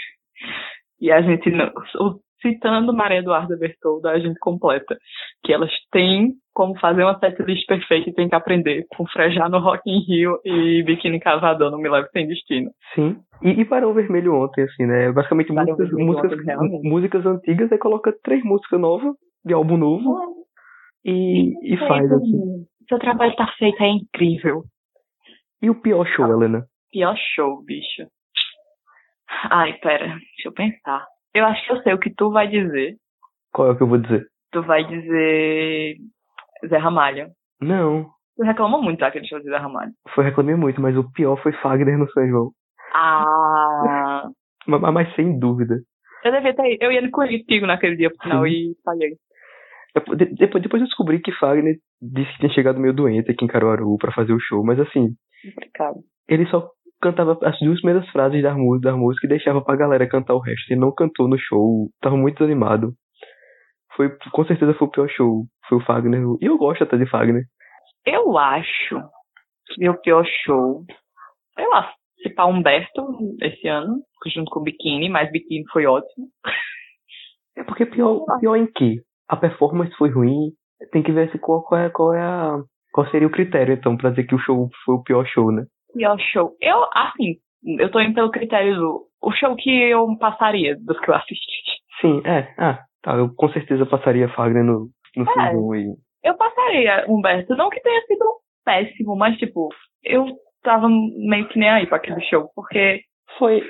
E a gente não. o- Citando Maria Eduarda Bertolda, a gente completa que elas têm como fazer uma setlist perfeita e tem que aprender com Frejar no Rock in Rio e Biquíni Cavador no Me Leve Sem Destino.
sim. E, e Barão Vermelho ontem, assim, né? Basicamente
Barão
músicas,
Vermelho
músicas,
ontem, realmente.
músicas antigas, aí coloca três músicas novas, de álbum novo, e,
é
e faz, assim.
Seu trabalho tá feito, é incrível.
E o pior show, Helena?
Pior show, bicho. Ai, pera, deixa eu pensar. Eu acho que eu sei o que tu vai dizer.
Qual é o que eu vou dizer?
Tu vai dizer Zé Ramalho.
Não,
Tu reclama muito daquele show de Zé Ramalho.
foi reclamei muito, mas o pior foi Fagner no São João.
Ah!
Ma- ma- Mas, sem dúvida.
Eu devia ter. Eu ia no contigo naquele dia, por sinal,
Sim.
e falhei.
Depo- de- Depois, depois eu descobri que Fagner disse que tinha chegado meio doente aqui em Caruaru pra fazer o show, mas assim,
Complicado.
ele só cantava as duas primeiras frases da, mu- da música e deixava pra galera cantar o resto. Ele não cantou no show, tava muito desanimado. Foi, com certeza foi o pior show, foi o Fagner. E eu gosto até de Fagner.
Eu acho que meu pior show. Sei lá, se pá Humberto esse ano, junto com o Biquíni, mas Biquíni foi ótimo.
É porque pior, pior em que? A performance foi ruim, tem que ver se qual, qual é, qual é a... Qual seria o critério, então, pra dizer que o show foi o pior show, né?
Pior show. Eu, assim, eu tô indo pelo critério do. O show que eu passaria dos que eu assisti.
Sim, é. Ah, tá. Eu com certeza passaria Fagner um no, no
É.
São João e...
Eu passaria, Humberto. Não que tenha sido péssimo, mas, tipo, eu tava meio que nem aí pra aquele show, porque
Foi.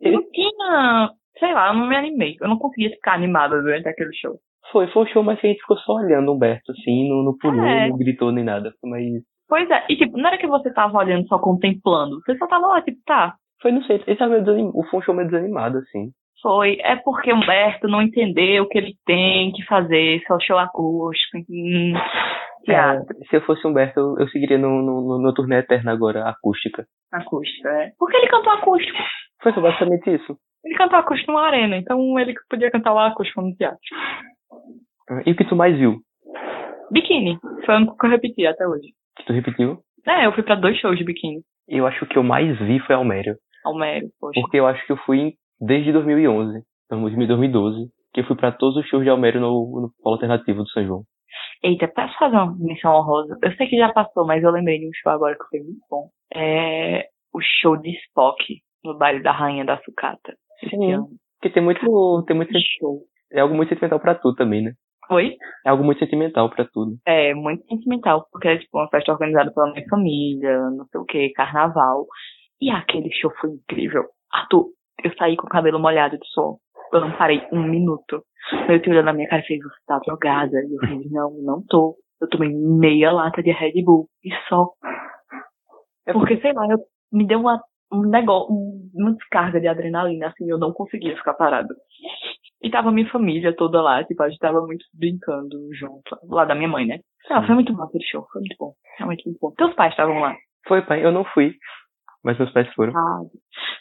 Ele
não tinha. Sei lá, eu não me animei. Eu não conseguia ficar animada durante aquele show.
foi, foi um show, mas que a gente ficou só olhando Humberto, assim, não, não pulou,
É.
não gritou nem nada. Mas
Pois é, e tipo, não era que você tava olhando só contemplando, você só tava lá, tipo, tá,
foi, não sei, ele tava meio desanim... foi um show meio desanimado, assim.
foi. É porque Humberto não entendeu o que ele tem que fazer, seu show acústico. Hum,
É,
teatro,
se eu fosse Humberto, eu, eu seguiria no, no, no, no turnê eterno agora, acústica.
acústico, é. Porque ele cantou acústico.
Foi só basicamente isso.
Ele cantou acústico numa arena, então ele podia cantar o acústico no teatro.
E o que tu mais viu?
Biquíni, foi o único que eu repeti até hoje.
Que tu repetiu?
É, eu fui pra dois shows de biquíni.
Eu acho que o que eu mais vi foi Almério.
Almério, poxa.
Porque eu acho que eu fui em- desde 2011, 2012, que eu fui pra todos os shows de Almério no, no Polo Alternativo do São João.
Eita, posso fazer uma menção honrosa? Eu sei que já passou, mas eu lembrei de um show agora que foi muito bom. É o show de Spock no baile da Rainha da Sucata. esse
Sim.
ano.
Porque tem muito, tem muito,
Que show.
é algo muito sentimental pra tu também, né?
Foi?
É algo muito sentimental pra tudo.
É, muito sentimental, porque era tipo uma festa organizada pela minha família, não sei o que, carnaval. E aquele show foi incrível. Arthur, eu saí com o cabelo molhado de sol. Eu não parei um minuto. Meu tio olhou na minha cara e fez, você tá drogada. E eu falei, não, não tô. Eu tomei meia lata de Red Bull e só
É
Porque, sei lá, eu- me deu uma, um negócio, uma descarga de adrenalina, assim, eu não conseguia ficar parada. E tava minha família toda lá, tipo, a gente tava muito brincando junto, lá da minha mãe, né? Sei lá, foi muito bom aquele show, foi muito bom, realmente muito bom. Teus pais estavam lá.
Foi, pai, eu não fui, mas meus pais foram.
Ah,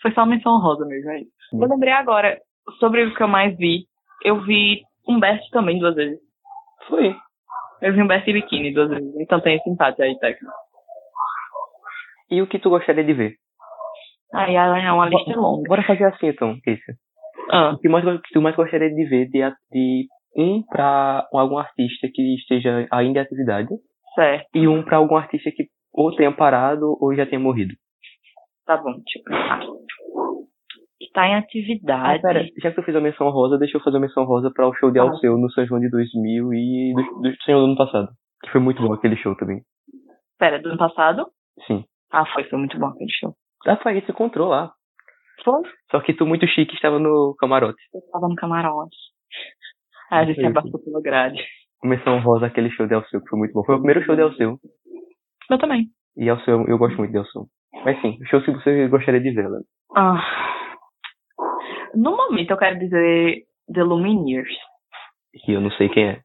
foi só uma menção rosa mesmo, aí. Eu lembrei agora, sobre o que eu mais vi, eu vi Humberto também duas vezes.
Foi.
Eu vi Humberto e Biquíni duas vezes, então tem esse empate aí, Tex.
E o que tu gostaria de ver?
Aí é uma lista longa.
Bora fazer assim então, Keisha.
Ah,
O que mais, o que tu mais gostaria de ver de, a- de um pra algum artista que esteja ainda em atividade
certo,
e um pra algum artista que ou tenha parado ou já tenha morrido.
tá bom, deixa eu pensar. Que tá em
Ah,
atividade.
pera, já que tu fez a menção rosa, deixa eu fazer uma menção rosa pra o show de
Ah.
Alceu no São João de 2000 e do, do Senhor do ano passado. Que foi muito bom aquele show também.
Pera, do ano passado?
Sim.
Ah, foi, foi muito bom aquele show.
Ah, foi, a gente se encontrou lá.
Foi?
Só que tu muito chique estava no camarote.
Eu tava no camarote. Aí a gente se
Foi.
abraçou pela grade.
Menção rosa aquele show de Alceu, que foi muito bom. Foi o primeiro show de Alceu.
Eu também.
E Alceu, eu gosto muito de Alceu. Mas sim, o show que você gostaria de ver, né?
Ah. No momento eu quero dizer The Lumineers.
Que eu não sei quem é.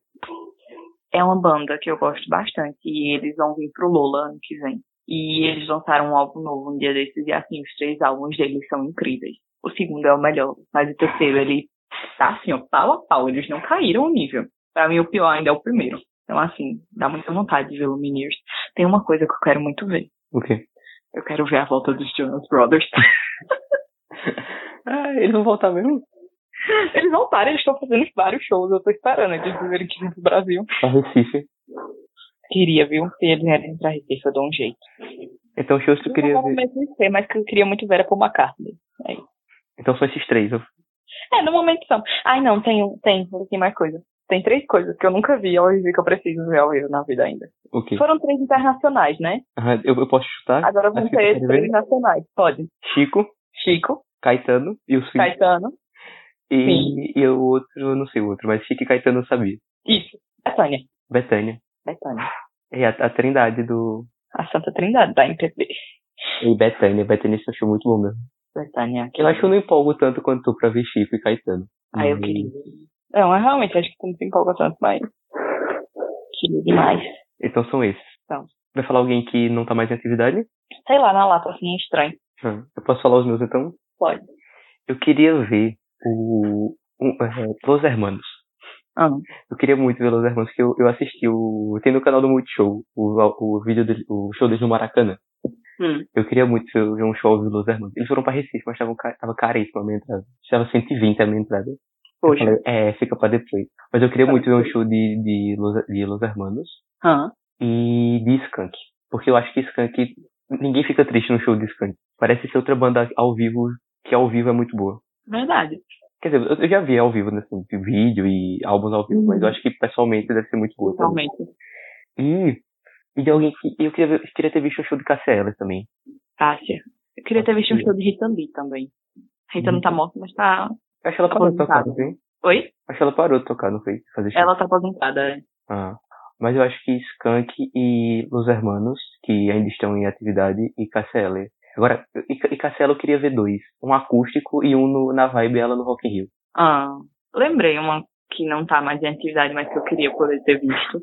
É uma banda que eu gosto bastante e eles vão vir pro Lola ano que vem. E eles lançaram um álbum novo um dia desses e assim, os três álbuns deles são incríveis. O segundo é o melhor, mas o terceiro ele tá assim, ó, pau a pau, eles não caíram o nível. Pra mim o pior ainda é o primeiro. Então assim, dá muita vontade de ver Lumineers. Tem uma coisa que eu quero muito ver.
O quê?
Eu quero ver a volta dos Jonas Brothers.
Ah, eles vão voltar mesmo?
Eles voltaram, eles estão fazendo vários shows, eu tô esperando eles virem aqui no Brasil.
Pra Recife.
Queria, viu? Se eles vierem pra Recife, eu dou um jeito.
Então, shows que tu queria
não
ver.
sei, mas que eu queria muito ver era Paul McCartney.
Então, são esses três. ó.
É, no momento são. Ai, não, tem, um- tem, tem mais coisa. Tem três coisas que eu nunca vi ao vivo que eu preciso ver ao vivo na vida ainda.
O quê?
Foram três internacionais, né?
Ah, Eu, eu posso chutar?
Agora vão
acho que eu
ter
quero
três
ver.
nacionais. Pode.
Chico,
Chico,
Caetano e o Sim.
Caetano,
E, e o outro, eu não sei o outro, mas Chico e Caetano eu sabia.
isso. Betânia.
Betânia.
Betânia.
E a, a trindade do.
A Santa Trindade da MPB.
E Betânia. Betânia eu acho muito bom mesmo.
Betânia.
Eu acho que eu não empolgo tanto quanto tu pra ver Chico e Caetano.
Aí eu
Hum,
queria. Não, mas realmente acho que tu não se empolga tanto, mas. Queria demais.
Então são esses.
São.
Vai falar alguém que não tá mais em atividade?
Sei lá, na lata assim é estranho.
Hum, Eu posso falar os meus então?
Pode.
Eu queria ver o. um, é, Los Hermanos.
Ah,
Eu queria muito ver Los Hermanos, que eu, eu assisti o. Tem no canal do Multishow o, o vídeo dele, o show deles no Maracanã.
Hum.
Eu queria muito ver ver um show do Los Hermanos. Eles foram pra Recife, mas tava, tava caríssimo a minha entrada. Tava 120 a minha entrada. Eu
poxa.
falei, é, fica pra depois. Mas eu queria
Tá
muito ver um
depois.
show de, de, Los, de Los Hermanos
Ah,
e de Skank. Porque eu acho que Skank. Ninguém fica triste no show de Skank. Parece ser outra banda ao vivo, que ao vivo é muito boa.
verdade.
Quer dizer, eu- eu já vi ao vivo, né, assim, de vídeo e álbuns ao vivo, mas eu acho que pessoalmente deve ser muito boa. também.
Realmente.
E E de alguém que. Eu queria, ver- queria ter visto um show de Cassia Eller também.
Cássia. Eu queria ter visto um show de Rita Lee também. Rita não tá morta, mas tá.
Eu acho que ela parou de tocar,
Aposentada.
não foi?
Oi?
Acho que ela parou de tocar, não foi? Fazer show.
Ela tá aposentada.
Ah, mas eu acho que Skank e Los Hermanos, que ainda estão em atividade, e Casselle. Agora, e, e Casselle eu queria ver dois. Um acústico e um no- na vibe ela no Rock in Rio.
Ah, lembrei uma que não tá mais em atividade, mas que eu queria poder ter visto.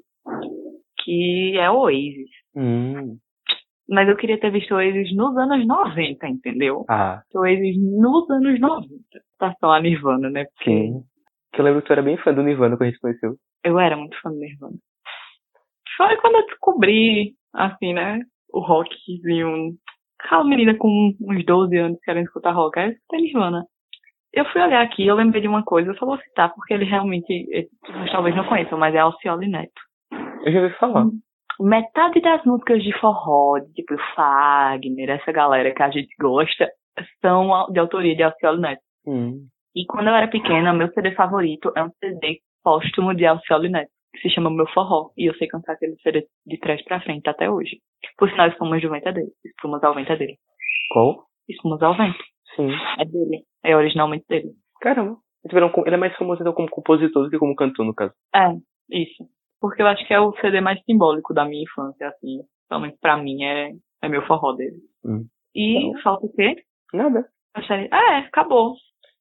Que é o Oasis.
Hum.
Mas eu queria ter visto o Oasis nos anos 90, entendeu?
Ah,
O Oasis nos anos 90. Tá só a Nirvana, né? Porque
sim. Que eu lembro que tu era bem fã do Nirvana quando a gente se conheceu.
eu era muito fã do Nirvana. Foi quando eu descobri, assim, né? O rockzinho. Aquela menina com uns 12 anos querendo escutar rock. Aí eu escutei Nirvana. Eu fui olhar aqui, eu lembrei de uma coisa, eu só vou citar, porque ele realmente, eh, vocês talvez não conheçam, mas é Alcione Neto.
Eu já ouvi falar.
Metade das músicas de forró, de tipo Fagner, essa galera que a gente gosta, são au- de autoria de Alcione Neto.
Hum.
E quando eu era pequena, meu CD favorito é um CD póstumo de Alcione Neto, que se chama Meu Forró. E eu sei cantar aquele CD de trás pra frente até hoje. Por sinal, espumas do vento é dele. Espumas ao vento é dele.
Qual?
Espumas ao vento
Sim.
é dele. É originalmente dele.
Caramba. Ele é um com- ele é mais famoso então como compositor do que como cantor, no caso.
É, Isso. Porque eu acho que é o CD mais simbólico da minha infância, assim. Somente pra mim é, é meu forró dele.
Hum.
E falta o quê?
Nada.
Gostaria- Ah, é, acabou.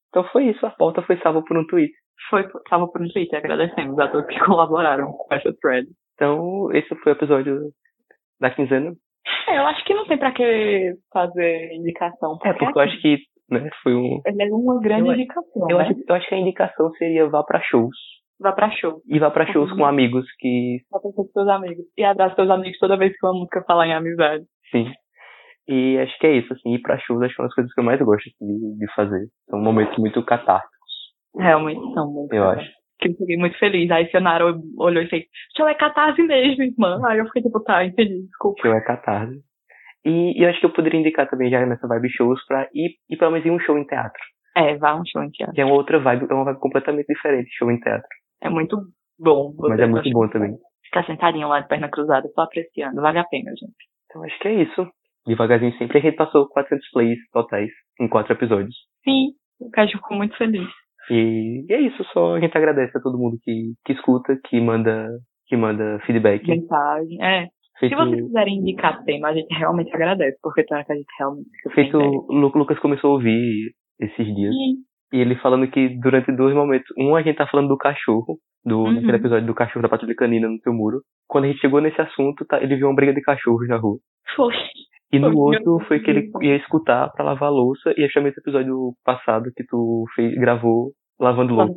Então foi isso. A pauta foi salva por um tweet.
Foi, tava por um Twitter, agradecemos a todos que colaboraram com essa thread.
Então, esse foi o episódio da quinzena.
É, eu acho que não tem pra que fazer indicação.
É, porque eu acho que né, foi um.
Ele é uma grande
Eu-
indicação.
Eu
né?
acho, eu acho que a indicação seria vá pra shows.
Vá pra show.
E vá pra shows com amigos que.
Vá pra show com seus amigos. E abraça seus amigos toda vez que uma música falar em amizade.
Sim. E acho que é isso, assim, ir pra shows acho que é uma das coisas que eu mais gosto de, de fazer. São momentos muito catárticos,
Realmente são muito.
eu acho.
Que eu fiquei muito feliz. Aí Sionara olhou e fez, tchau, é catarse mesmo, irmã. Aí eu fiquei tipo, tá, entendi, desculpa.
Show é catarse. E, e eu acho que eu poderia indicar também já nessa vibe shows pra ir, ir pelo menos em um show em teatro.
É, vá um show em teatro.
Que é uma outra vibe, é uma vibe completamente diferente, show em teatro.
É muito bom.
Mas
você
é muito
ficar-
bom também.
Ficar sentadinho lá de perna cruzada, só apreciando. Vale a pena, gente.
Então acho que é isso. Devagarzinho sempre. A gente passou 400 plays totais em quatro episódios.
Sim, o Caju ficou muito feliz.
E, e é isso, só a gente agradece a todo mundo que, que escuta, que manda, que manda feedback.
Mensagem, é. Se
Feito,
vocês quiserem indicar tema, a gente realmente agradece, porque tem hora que a gente realmente fica sem
feito
ideia.
o Lu- Lucas começou a ouvir esses dias.
E
E ele falando que durante dois momentos. Um, a gente tá falando do cachorro, do
Uhum.
daquele episódio do cachorro da patrulha canina no seu muro. Quando a gente chegou nesse assunto, tá, ele viu uma briga de cachorros na rua.
foi.
E no
Foi,
outro
meu
foi que ele
Deus.
ia escutar pra lavar a louça e achamos esse episódio passado que tu fez, gravou lavando louça.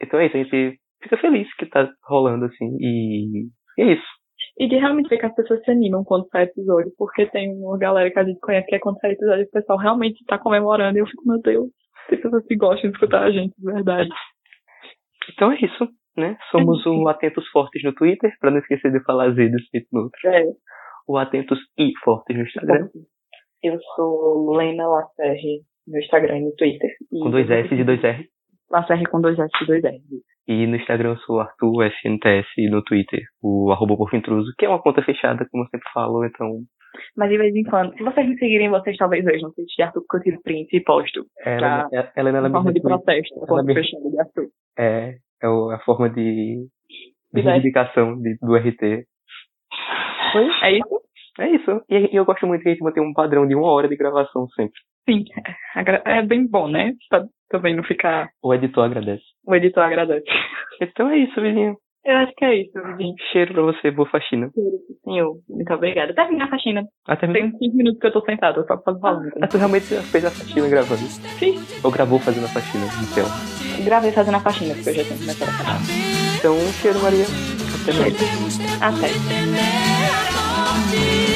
Então é isso, a gente fica feliz que tá rolando assim. E e é isso.
E de realmente ver que as pessoas se animam quando sai episódio, porque tem uma galera que a gente conhece que é quando sai episódio, o pessoal realmente tá comemorando, e eu fico, meu Deus, tem pessoas que gostam de escutar a gente, de verdade.
Então é isso, né? Somos
Uhum.
o Atentos Fortes no Twitter, pra não esquecer de falar Z do Smith no outro.
É.
O Atentos e Fortes no Instagram,
Eu sou Lena Lacerre no Instagram e no Twitter. E
com dois S e dois R.
Lacerre com dois S e dois R.
E no Instagram eu sou Arthur FNTS e no Twitter, o arroba porco intruso, que é uma conta fechada, como eu sempre falo, então.
Mas de vez em quando, se vocês me seguirem, vocês talvez vejam, se tirar tudo que eu tiro print e posto.
Ela, ela, ela,
Em Tá. forma de
ela
protesto, quando
me-
fechando de açúcar.
é, é o- a forma de, de
De dar-
reivindicação de- do RT.
É isso?
É isso. E, e eu gosto muito que a gente mantenha um padrão de uma hora de gravação sempre.
Sim. Agra- É bem bom, né? Pra também não ficar.
O editor agradece.
O editor agradece.
Então é isso, vizinho.
Eu acho que é isso, gente.
Cheiro pra você, boa faxina.
Senhor, muito obrigada. Termina a faxina.
Até um
Tem uns 5 minutos que eu tô sentada, só pra falar.
Ah, tu realmente fez a faxina gravando. Ou gravou fazendo a faxina, então? no céu.
Gravei fazendo a faxina, porque eu já tenho que começar a faxina.
Então, cheiro, Maria. Até mais.
Até.
Temer a morte.